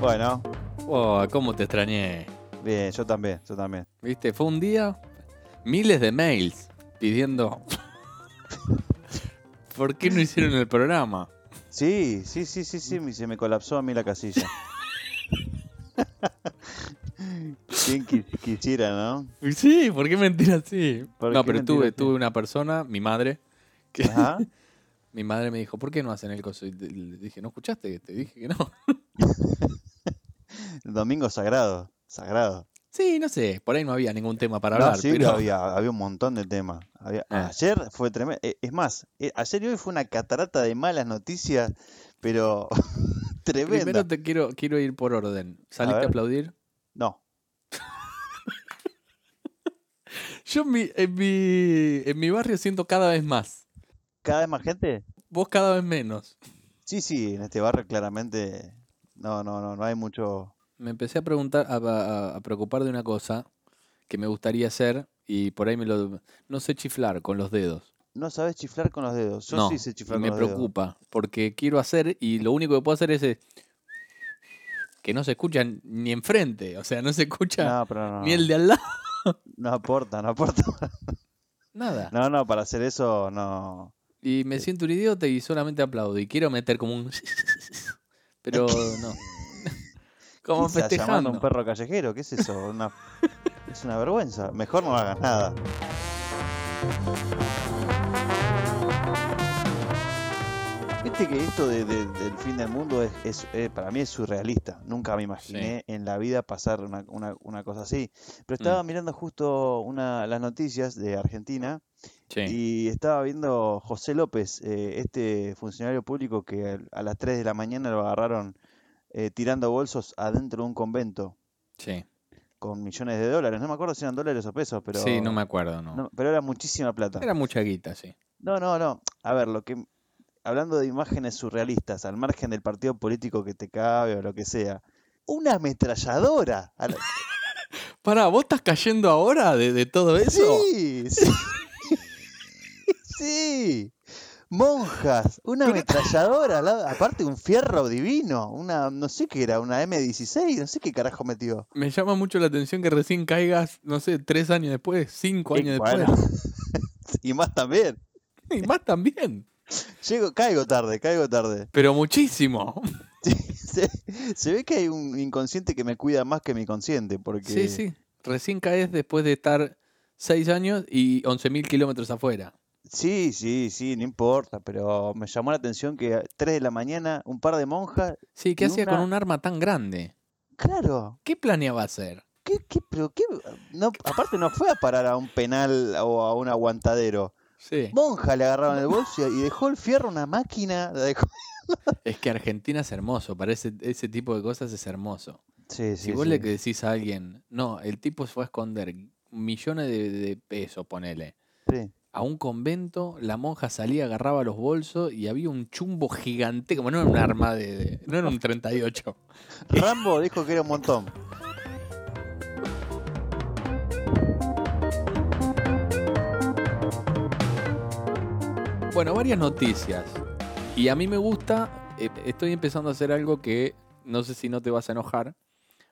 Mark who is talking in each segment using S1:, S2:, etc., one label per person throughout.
S1: Bueno,
S2: Oh, cómo te extrañé.
S1: bien, yo también, yo también.
S2: ¿Viste? Fue un día, miles de mails pidiendo. ¿Por qué no hicieron el programa?
S1: Sí, sí, sí, sí, sí, me- se me colapsó a mí la casilla. ¿Quién qui- quisiera, no?
S2: Y Sí, ¿por qué mentir así?
S1: ¿Por
S2: No,
S1: qué
S2: pero
S1: mentir
S2: tuve,
S1: así?
S2: tuve una persona, mi madre, que
S1: Ajá.
S2: mi madre me dijo, ¿por qué no hacen el coso? Y le- le dije, ¿no escuchaste? Te dije que no.
S1: El domingo sagrado, sagrado.
S2: Sí, no sé, por ahí no había ningún tema para
S1: No,
S2: hablar.
S1: sí,
S2: pero...
S1: había, había un montón de temas. Había-
S2: Ah.
S1: Ayer fue tremendo. Es más, eh, ayer y hoy fue una catarata de malas noticias, pero tremenda.
S2: Primero te quiero, quiero ir por orden. ¿Saliste a,
S1: ver.
S2: aplaudir?
S1: No,
S2: Yo en mi, en, mi, en mi barrio siento cada vez más.
S1: cada vez más gente.
S2: Vos cada vez menos.
S1: Sí, sí, en este barrio claramente no, no, no, no hay mucho.
S2: Me empecé a preguntar, a, a- a preocupar de una cosa que me gustaría hacer y por ahí me lo... No sé chiflar con los dedos.
S1: No sabes chiflar con los dedos. Yo
S2: no,
S1: sí sé chiflar
S2: y
S1: con
S2: me
S1: los dedos.
S2: preocupa porque quiero hacer y lo único que puedo hacer es... eh, Que no se escucha ni enfrente, o sea, no se escucha
S1: No, pero no.
S2: ni el de al lado.
S1: No aporta, no aporta.
S2: Nada.
S1: No, no, para hacer eso no.
S2: Y me siento un idiota y solamente aplaudo. Y quiero meter como un. Pero no. como
S1: Quizás llamando a un
S2: festejando.
S1: perro callejero, ¿qué es eso? Una- es una vergüenza. Mejor no hagas nada. Viste que esto de- de- del fin del mundo es, es- eh, para mí es surrealista. Nunca me imaginé en la vida pasar una, una- una cosa así. Pero estaba
S2: Mm.
S1: mirando justo una, las noticias de Argentina
S2: Sí.
S1: y estaba viendo José López, eh, este funcionario público que al- a las 3 de la mañana lo agarraron eh, tirando bolsos adentro de un convento
S2: Sí.
S1: con millones de dólares. No me acuerdo si eran dólares o pesos, pero,
S2: sí, no me acuerdo, no.
S1: no, pero era muchísima plata.
S2: Era mucha guita, sí.
S1: No, no, no. A ver, lo que hablando de imágenes surrealistas, al margen del partido político que te cabe o lo que sea, una ametralladora. a la-
S2: Pará, ¿vos estás cayendo ahora de, de todo eso?
S1: Sí, sí. Sí. Monjas, una ametralladora, al lado- aparte un fierro divino, una no sé qué era, una M16, no sé qué carajo metió.
S2: Me llama mucho la atención que recién caigas, no sé, tres años después, cinco
S1: Y
S2: años
S1: bueno,
S2: después.
S1: y más también.
S2: Y más también.
S1: Llego, caigo tarde, caigo tarde.
S2: Pero muchísimo.
S1: Sí, se, se ve que hay un inconsciente que me cuida más que mi consciente, porque
S2: Sí, sí. Recién caes después de estar seis años y 11.000 kilómetros afuera.
S1: sí, sí, sí, no importa, pero me llamó la atención que a 3 de la mañana un par de monjas,
S2: Sí, ¿qué
S1: Y
S2: hacía con
S1: una-
S2: un arma tan grande?
S1: claro,
S2: ¿Qué planeaba hacer?
S1: ¿qué, qué, pero qué, no, aparte no fue a parar a un penal o a un aguantadero.
S2: Sí.
S1: Monja le agarraron el bolso y y dejó el fierro una máquina, la dejó-
S2: Es que Argentina es hermoso, para ese, ese tipo de cosas es hermoso.
S1: Sí,
S2: si vos le decís a alguien, no, el tipo se fue a esconder millones de, de pesos, ponele.
S1: sí.
S2: A un convento, la monja salía, agarraba los bolsos y había un chumbo gigante, como no era un arma de. de- no era un 38.
S1: Rambo dijo que era un montón.
S2: Bueno, varias noticias. Y a mí me gusta, eh, estoy empezando a hacer algo que no sé si no te vas a enojar,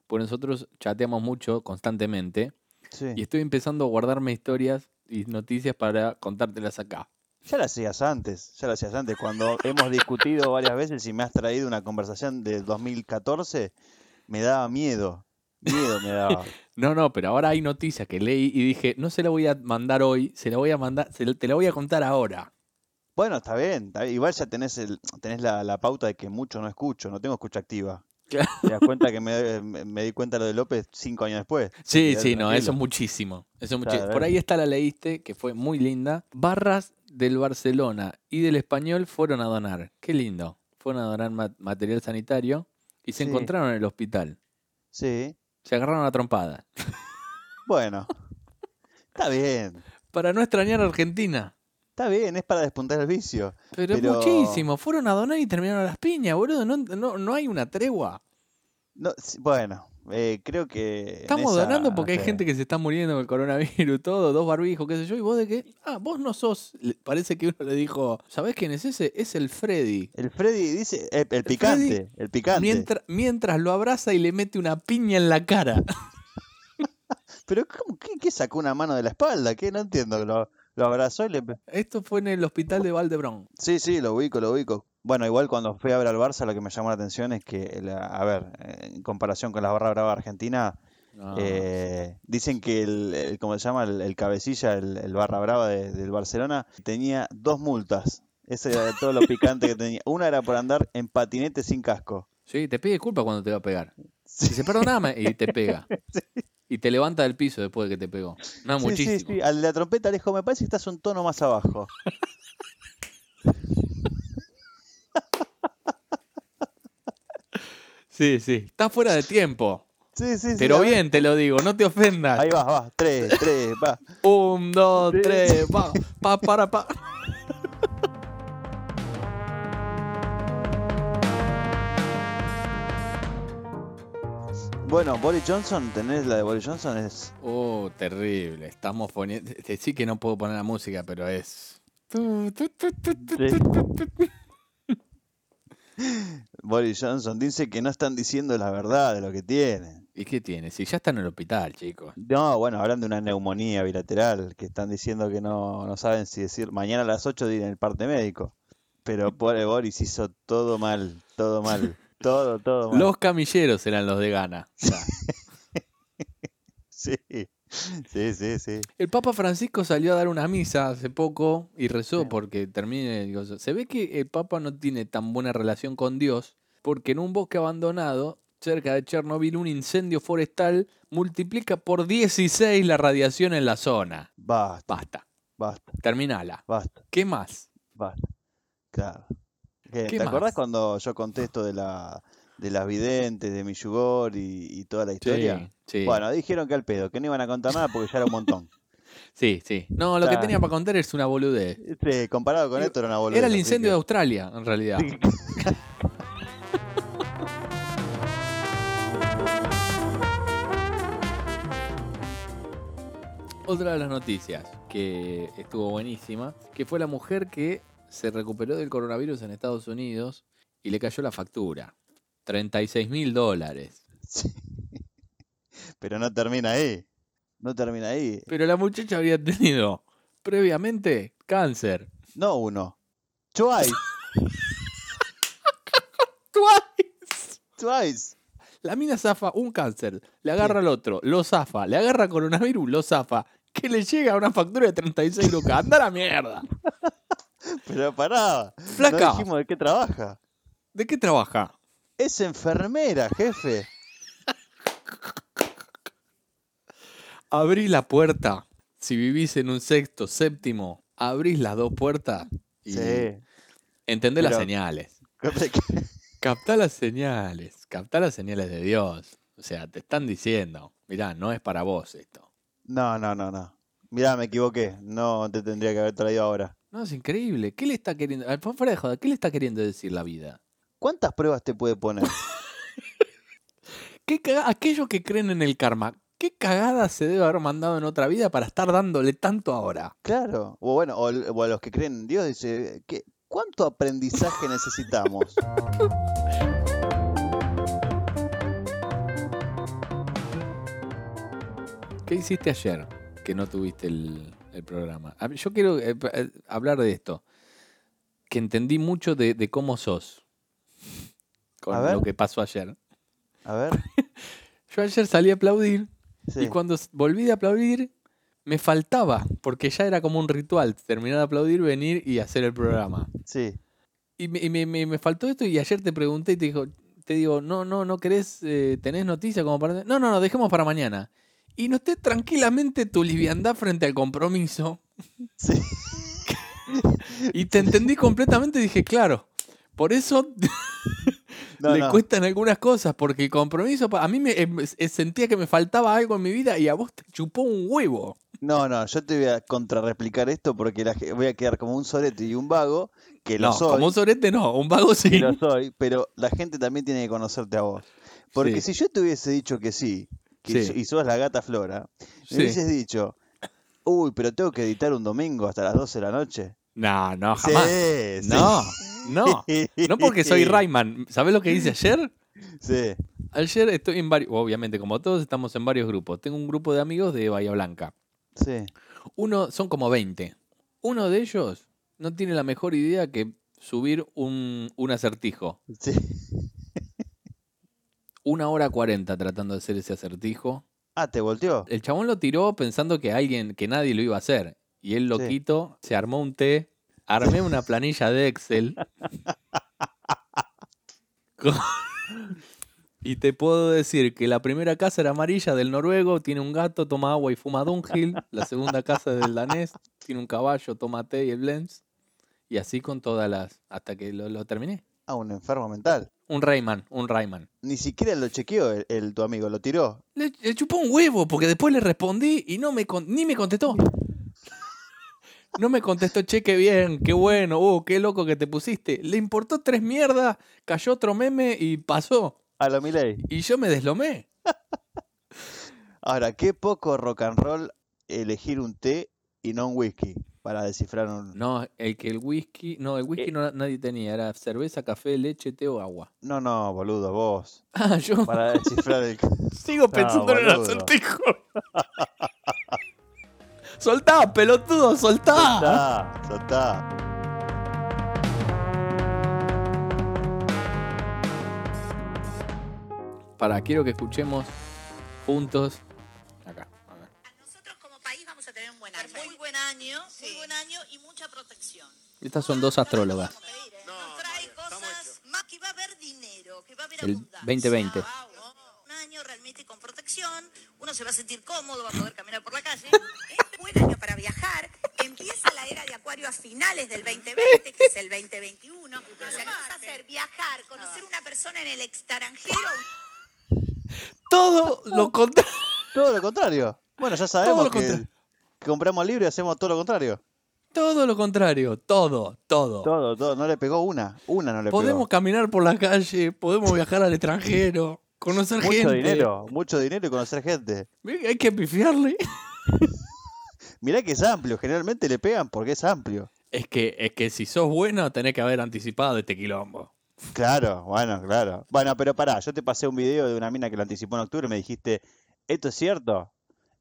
S2: porque nosotros chateamos mucho constantemente.
S1: Sí.
S2: Y estoy empezando a guardarme historias y noticias para contártelas acá.
S1: Ya la hacías antes, ya la hacías antes, cuando hemos discutido varias veces y me has traído una conversación del 2014, me daba miedo, miedo me daba.
S2: No, no, pero ahora hay noticias que leí y dije, no se la voy a mandar hoy, se la voy a mandar, se la- te la voy a contar ahora.
S1: Bueno, está bien, está bien, igual ya tenés, el, tenés la, la pauta de que mucho no escucho, no tengo escucha activa.
S2: Claro.
S1: Te das cuenta que me, me- me di cuenta lo de López cinco años después.
S2: Sí,
S1: Quedá
S2: sí, no,
S1: tranquilo.
S2: eso es muchísimo. Eso es muchísimo.
S1: Claro,
S2: Por
S1: eh.
S2: ahí está la leíste, que fue muy linda. Barras del Barcelona y del Español fueron a donar. Qué lindo. Fueron a donar ma- material sanitario y se
S1: Sí.
S2: encontraron en el hospital.
S1: Sí,
S2: Se agarraron a trompadas.
S1: bueno, está bien,
S2: Para no extrañar a Argentina.
S1: está bien, es para despuntar el vicio.
S2: Pero, es
S1: Pero-
S2: muchísimo. Fueron a donar y terminaron a las piñas, boludo. No, no, no hay una tregua.
S1: No, sí, bueno, Eh, creo que. en
S2: Estamos
S1: esa,
S2: donando porque hay
S1: sí.
S2: gente que se está muriendo con el coronavirus, todo, dos barbijos, qué sé yo, y vos de qué. Ah, vos no sos. le- Parece que uno le dijo, ¿sabés quién es ese? Es el Freddy.
S1: El Freddy dice. eh, el picante.
S2: Freddy,
S1: el picante.
S2: Mientras, mientras lo abraza y le mete una piña en la cara.
S1: Pero, ¿cómo, qué, qué sacó una mano de la espalda? ¿Qué? No entiendo. Lo, lo abrazó y le.
S2: Esto fue en el hospital de Valdebrón.
S1: Sí, sí, lo ubico, lo ubico. Bueno, igual cuando fui a ver al Barça, lo que me llamó la atención es que, la- a ver, eh, en comparación con la barra brava argentina,
S2: Ah.
S1: eh, dicen que el, el- ¿cómo se llama? El, el cabecilla, el, el barra brava de- del Barcelona, tenía dos multas. Ese era de todo lo picante que tenía. Una era por andar en patinete sin casco.
S2: Sí, te pide disculpas cuando te va a pegar.
S1: Sí,
S2: Dice, perdoname, y te pega. Y te levanta del piso después de que te pegó. No,
S1: sí, sí,
S2: Ah, muchísimo.
S1: sí. Al de la trompeta le dijo, me parece que estás un tono más abajo.
S2: Sí, sí. Estás fuera de tiempo.
S1: Sí, sí, sí. a
S2: Pero
S1: ver.
S2: bien, te lo digo, no te ofendas.
S1: Ahí va, va. Tres, tres, va.
S2: Un, dos,
S1: Sí.
S2: tres, pa, pa, para, pa.
S1: Bueno, Boris Johnson, tenés la de Boris Johnson, es
S2: Oh, terrible. Estamos poniendo. Te- Sí que no puedo poner la música, pero es. Tu, tu, tu, tu, tu,
S1: Sí.
S2: tu, tu, tu, tu.
S1: Boris Johnson dice que no están diciendo la verdad de lo que tienen.
S2: ¿Y qué tiene? Si ya está en el hospital, chicos.
S1: No, bueno, hablan de una neumonía bilateral, que están diciendo que no, no saben si decir mañana a las 8 dirán el parte médico. Pero pobre Boris hizo todo mal, todo mal, todo, todo mal.
S2: Los camilleros eran los de Ghana.
S1: Sí, sí, sí, sí.
S2: El Papa Francisco salió a dar una misa hace poco y rezó porque termine. digo, se ve que el Papa no tiene tan buena relación con Dios porque en un bosque abandonado cerca de Chernobyl un incendio forestal multiplica por 16 la radiación en la zona.
S1: Basta,
S2: Basta,
S1: basta,
S2: terminala.
S1: basta,
S2: ¿Qué más?
S1: basta. Claro. ¿Qué,
S2: ¿Qué
S1: ¿Te acordás
S2: más?
S1: cuando yo contesto de la de las videntes, de Miyugor y, y toda la historia?
S2: Sí, sí.
S1: Bueno, dijeron que al pedo, que no iban a contar nada porque ya era un montón.
S2: sí, sí. No, lo que
S1: Claro.
S2: tenía para contar es una boludez.
S1: Sí, Este, comparado con
S2: Era-
S1: esto era una boludez.
S2: Era el
S1: así
S2: incendio
S1: que-
S2: de Australia, en realidad. Otra de las noticias que estuvo buenísima, que fue la mujer que se recuperó del coronavirus en Estados Unidos y le cayó la factura. 36 mil dólares.
S1: Sí. Pero no termina ahí. No termina ahí.
S2: Pero la muchacha había tenido previamente cáncer.
S1: No uno. Twice.
S2: ¡Twice!
S1: Twice.
S2: La mina zafa un cáncer, le agarra al otro, lo zafa, le agarra coronavirus, lo zafa. Que le llega una factura de 36 lucas. ¡Anda a la mierda!
S1: Pero pará.
S2: Flaca.
S1: No dijimos de qué trabaja.
S2: ¿De qué trabaja?
S1: Es enfermera, jefe.
S2: Abrís la puerta. Si vivís en un sexto, séptimo, abrís las dos puertas y
S1: Sí.
S2: entendés las
S1: Pero-
S2: señales.
S1: Cosa que-
S2: Captá las señales, captá las señales de Dios. O sea, te están diciendo, mirá, no es para vos esto.
S1: No, no, no, no. Mirá, me equivoqué. No te tendría que haber traído ahora.
S2: No, es increíble. ¿Qué le está queriendo? al- Fuera de joda, ¿qué le está queriendo decir la vida?
S1: ¿Cuántas pruebas te puede poner?
S2: ¿Qué caga- Aquellos que creen en el karma, ¿qué cagada se debe haber mandado en otra vida para estar dándole tanto ahora?
S1: Claro. O bueno, o, o a los que creen en Dios, dice, ¿qué? ¿cuánto aprendizaje necesitamos?
S2: ¿Qué hiciste ayer que no tuviste el, el programa? A mí- Yo quiero eh, pa- eh, hablar de esto, que entendí mucho de, de cómo sos
S1: A
S2: con
S1: ver.
S2: lo que pasó ayer.
S1: A ver.
S2: Yo ayer salí a aplaudir
S1: Sí.
S2: Y cuando s- volví de aplaudir, me faltaba, porque ya era como un ritual, terminar de aplaudir, venir y hacer el programa.
S1: Sí.
S2: Y me, y me- me- me faltó esto y ayer te pregunté y te, dijo, te digo, no, no, no querés, eh, tenés noticia como para... No, no, no, dejemos para mañana. Y noté tranquilamente tu liviandad frente al compromiso
S1: Sí.
S2: y te entendí completamente y dije, claro. Por eso
S1: No,
S2: le
S1: no.
S2: cuestan algunas cosas, porque el compromiso, pa- a mí me, em- eh, sentía que me faltaba algo en mi vida y a vos te chupó un huevo.
S1: No, no, yo te voy a contrarreplicar esto porque la ge- voy a quedar como un sorete y un vago, que lo
S2: No,
S1: soy,
S2: como un sorete no, un vago sí.
S1: que lo soy, pero la gente también tiene que conocerte a vos. Porque
S2: Sí.
S1: si yo te hubiese dicho que sí, que
S2: Sí.
S1: y sos la gata Flora,
S2: Sí.
S1: me hubieses dicho, uy, pero tengo que editar un domingo hasta las 12 de la noche.
S2: No, no,
S1: Sí,
S2: jamás.
S1: sí.
S2: No, no. No porque soy
S1: Sí,
S2: Rayman. ¿Sabés lo que hice ayer?
S1: Sí,
S2: Ayer estoy en varios, obviamente como todos estamos en varios grupos. Tengo un grupo de amigos de Bahía Blanca.
S1: sí.
S2: Uno, son como 20. Uno de ellos no tiene la mejor idea que subir un, un acertijo.
S1: sí.
S2: Una hora cuarenta tratando de hacer ese acertijo.
S1: Ah, ¿te volteó?
S2: El chabón lo tiró pensando que alguien, que nadie lo iba a hacer. Y el loquito se armó un té, armé una planilla de Excel. Con- y te puedo decir que la primera casa era amarilla del noruego, tiene un gato, toma agua y fuma Dunhill. La segunda casa es del danés, tiene un caballo, toma té y el blends. Y así con todas las, hasta que lo, lo terminé.
S1: Ah, un enfermo mental.
S2: Un Rayman, un Rayman.
S1: Ni siquiera lo chequeó el, el- tu amigo, lo tiró.
S2: Le, le chupó un huevo porque después le respondí y no me con- ni me contestó. No me contestó, che, qué bien, qué bueno, uh, qué loco que te pusiste. Le importó tres mierdas, cayó otro meme y pasó.
S1: A la Milei.
S2: Y yo me deslomé.
S1: Ahora, qué poco rock and roll elegir un té y no un whisky para descifrar un...
S2: No, el que el whisky, no, el whisky no, nadie tenía, era cerveza, café, leche, té o agua.
S1: No, no, boludo, vos.
S2: Ah, yo
S1: Para descifrar el...
S2: sigo pensando en el
S1: boludo.
S2: acertijo. soltá, pelotudo, soltá.
S1: Soltá, soltá.
S2: Para, quiero que escuchemos juntos. Acá, a ver.
S3: Nosotros como país vamos a tener un buen año. Pues Muy buen año, muy buen año y mucha protección.
S2: Estas son dos astrólogas.
S3: Nos trae cosas más que va a haber dinero, que va a haber
S2: El
S3: abundancia.
S2: 2020.
S3: Ah, bueno. Un año realmente con protección, uno se va a sentir cómodo, va a poder caminar por la calle. es buen año para viajar. Empieza la era de acuario a finales del 2020, que es el 2021. O sea, nos vas a hacer viajar, conocer una persona en el extranjero,
S2: Todo lo contrario.
S1: Todo lo contrario. Bueno, ya sabemos
S2: lo
S1: que,
S2: contrario.
S1: que compramos libro y hacemos todo lo contrario.
S2: Todo lo contrario. Todo, todo.
S1: Todo, todo. No le pegó una. Una no le
S2: podemos caminar por la calle, podemos viajar al extranjero, conocer
S1: pegó. Mucho
S2: gente.
S1: dinero. Mucho dinero y conocer gente.
S2: Ve, Hay que pifiarle.
S1: Mirá que es amplio. Generalmente le pegan porque es amplio.
S2: Es que, es que si sos bueno, tenés que haber anticipado este quilombo.
S1: Claro, bueno, claro. Bueno, pero pará. Yo te pasé un video de una mina que lo anticipó en octubre y me dijiste, ¿esto es cierto?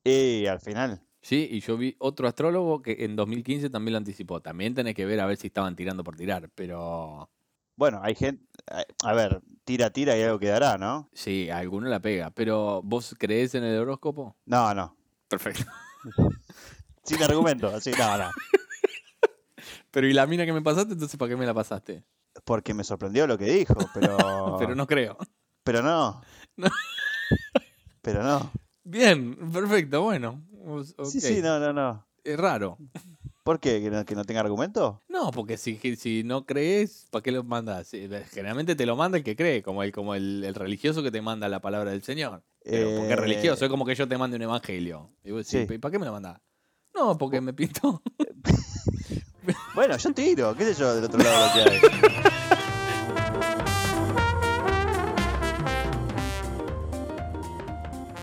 S1: Y al final.
S2: Sí, y yo vi otro astrólogo que en 2015 también lo anticipó. También tenés que ver a ver si estaban tirando por tirar, pero
S1: Bueno, hay gente. a- A ver, tira, tira y algo quedará, ¿no?
S2: sí, a alguno la pega. Pero ¿vos creés en el horóscopo?
S1: No, no.
S2: Perfecto.
S1: Sin argumento. Así, no, no.
S2: Pero ¿y la mina que me pasaste? Entonces, ¿para qué me la pasaste?
S1: Porque me sorprendió lo que dijo, pero.
S2: Pero no creo.
S1: Pero no.
S2: No.
S1: Pero no.
S2: Bien, perfecto, bueno. Us-
S1: Sí,
S2: ok.
S1: sí, no, no, no.
S2: Es raro.
S1: ¿Por qué? ¿Que no, que no tenga argumento?
S2: No, porque si, si no crees, ¿para qué lo mandas? Eh, Generalmente te lo manda el que cree, como el, como el, el religioso que te manda la palabra del Señor. Pero porque
S1: Eh,
S2: es religioso, es como que yo te mande un evangelio. Y vos decís,
S1: Sí.
S2: "¿Y ¿para qué me lo mandás? No, porque me pintó.
S1: Bueno, yo tiro, qué sé yo del otro lado lo que hay.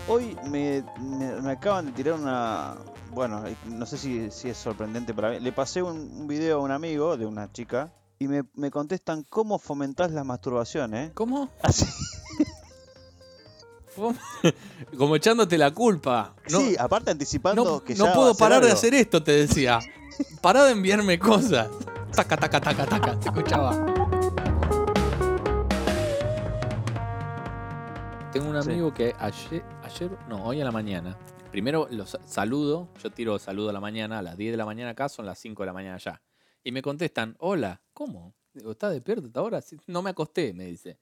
S1: Hoy me, me- me acaban de tirar una... Bueno, no sé si, si es sorprendente para mí. Le pasé un, un video a un amigo de una chica y me, me contestan cómo fomentás la masturbación, ¿eh?
S2: ¿Cómo?
S1: Así,
S2: Fue- Como echándote la culpa. No,
S1: sí, aparte anticipando
S2: no,
S1: que
S2: no
S1: ya va a
S2: puedo
S1: ser
S2: parar de
S1: algo.
S2: hacer esto, te decía. Pará de enviarme cosas. Taca, taca, taca, taca. Te escuchaba. Tengo un
S1: Sí.
S2: amigo que ayer, ayer, no, hoy a la mañana. Primero los saludo, yo tiro saludo a la mañana, a las 10 de la mañana acá, son las 5 de la mañana allá. Y me contestan, hola, ¿cómo? Digo, ¿estás despierto hasta ahora? "Sí, No me acosté, me dice.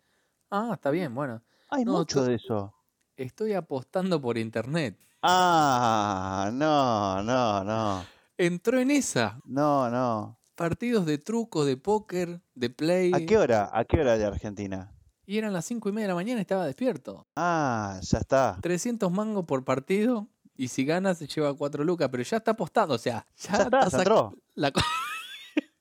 S2: Ah, está bien, bueno.
S1: Hay
S2: No,
S1: mucho
S2: tú-
S1: de eso.
S2: Estoy apostando por internet.
S1: Ah, no, no, no.
S2: Entró en esa.
S1: No, no.
S2: partidos de truco, de póker, de play.
S1: ¿A qué hora? ¿A qué hora de Argentina?
S2: Y eran las 5 y media de la mañana y estaba despierto.
S1: Ah, ya está.
S2: 300 mangos por partido y si gana se lleva 4 lucas, pero ya Ah, está apostado, o sea, ya,
S1: Ya está,
S2: está
S1: se
S2: sac-
S1: entró.
S2: la co-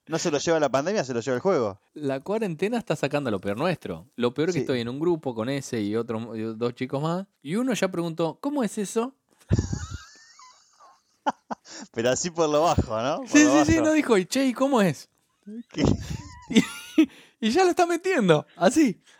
S1: No se lo lleva la pandemia, se lo lleva el juego.
S2: La cuarentena está sacando lo peor nuestro. Lo peor es que
S1: Sí.
S2: estoy en un grupo con ese y otro, y dos chicos más. Y uno ya preguntó, ¿cómo es eso?
S1: Pero así por lo bajo, ¿no? Por
S2: Sí,
S1: lo
S2: sí, sí,
S1: bajo.
S2: no dijo, y che, ¿y cómo es?
S1: Que-
S2: Y ya lo está metiendo, así.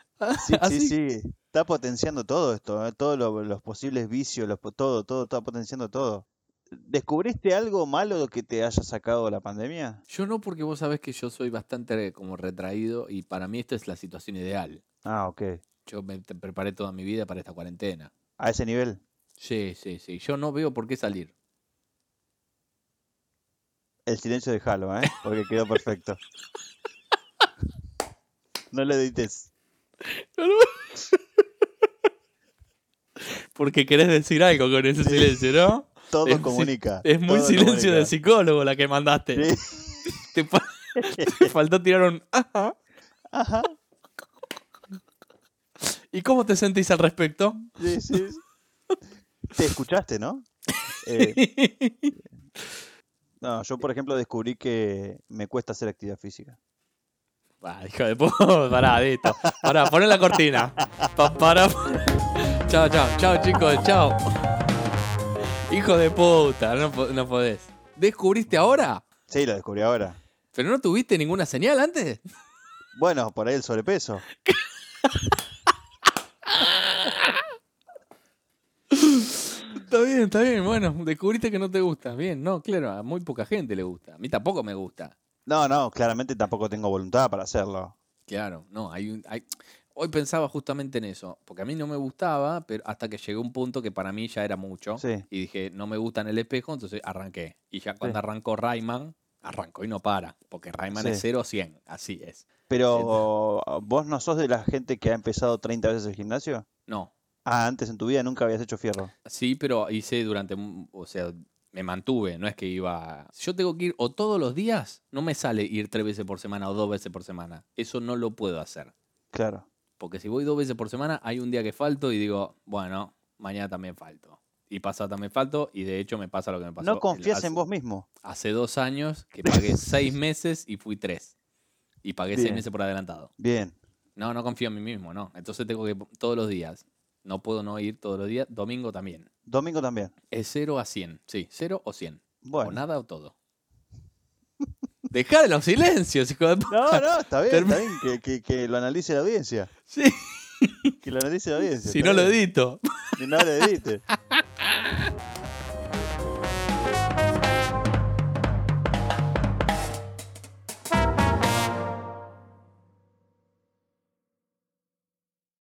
S1: Sí,
S2: así.
S1: sí, sí. Está potenciando todo esto, ¿eh? todos lo- los posibles vicios, los, po- todo, todo, está potenciando todo. ¿Descubriste algo malo que te haya sacado la pandemia?
S2: Yo no, porque vos sabés que yo soy bastante como retraído y para mí esta es la situación ideal.
S1: Ah, ok.
S2: Yo me te- preparé toda mi vida para esta cuarentena.
S1: A ese nivel.
S2: Sí, sí, sí. Yo no veo por qué salir.
S1: El silencio de Halo, ¿eh? Porque quedó perfecto. No lo edites.
S2: Porque querés decir algo con ese silencio, ¿no?
S1: Todo
S2: Es-
S1: comunica.
S2: Es muy
S1: todo
S2: silencio de
S1: comunica.
S2: psicólogo la que mandaste.
S1: Sí.
S2: Te, fa- te faltó tirar un ajá.
S1: Ajá.
S2: ¿Y cómo te sentís al respecto?
S1: Sí, sí. Te escuchaste, ¿no? Eh, no, yo por ejemplo descubrí que me cuesta hacer actividad física.
S2: Ah, hijo de puta, pará, listo. Pará, poné la cortina. Pa- pará. Chao, chao, chao, chicos, chao. Hijo de puta, no, po- no podés. ¿Descubriste ahora?
S1: Sí, lo descubrí ahora.
S2: ¿Pero no tuviste ninguna señal antes?
S1: Bueno, por ahí el sobrepeso.
S2: Está bien, está bien. Bueno, descubriste que no te gusta. Bien, no, claro, a muy poca gente le gusta. A mí tampoco me gusta.
S1: No, no, claramente tampoco tengo voluntad para hacerlo.
S2: Claro, no, hay un. hay- Hoy pensaba justamente en eso, porque a mí no me gustaba, pero hasta que llegué a un punto que para mí ya era mucho.
S1: Sí.
S2: Y dije, no me gusta en el espejo, entonces arranqué. Y ya cuando arrancó Rayman, arrancó y no para, porque Rayman
S1: Sí.
S2: es 0 100, así es.
S1: Pero vos no sos de la gente que ha empezado 30 veces el gimnasio.
S2: No,
S1: Ah, antes en tu vida nunca habías hecho fierro.
S2: sí, pero hice durante. un- O sea, me mantuve, no es que iba. Yo tengo que ir o todos los días, no me sale ir tres veces por semana o dos veces por semana. Eso no lo puedo hacer.
S1: Claro.
S2: Porque si voy dos veces por semana, hay un día que falto y digo, bueno, mañana también falto. Y pasado también falto, y de hecho me pasa lo que me pasó.
S1: No confías
S2: hace-
S1: en vos mismo.
S2: Hace dos años que pagué seis meses y fui tres. Y pagué seis
S1: Bien.
S2: meses por adelantado.
S1: Bien.
S2: No, no confío en mí mismo, no. Entonces tengo que todos los días. No puedo no ir todos los días. Domingo también.
S1: Domingo también.
S2: Es 0 a 100. Sí, 0 o 100. O
S1: Bueno.
S2: nada o todo. Dejar los silencios, hijo de puta.
S1: No, no, está bien,
S2: Termi-
S1: está bien. Que, que- que lo analice la audiencia.
S2: Sí,
S1: Que lo analice la audiencia.
S2: si
S1: está
S2: no lo
S1: bien.
S2: edito.
S1: Si no lo edite.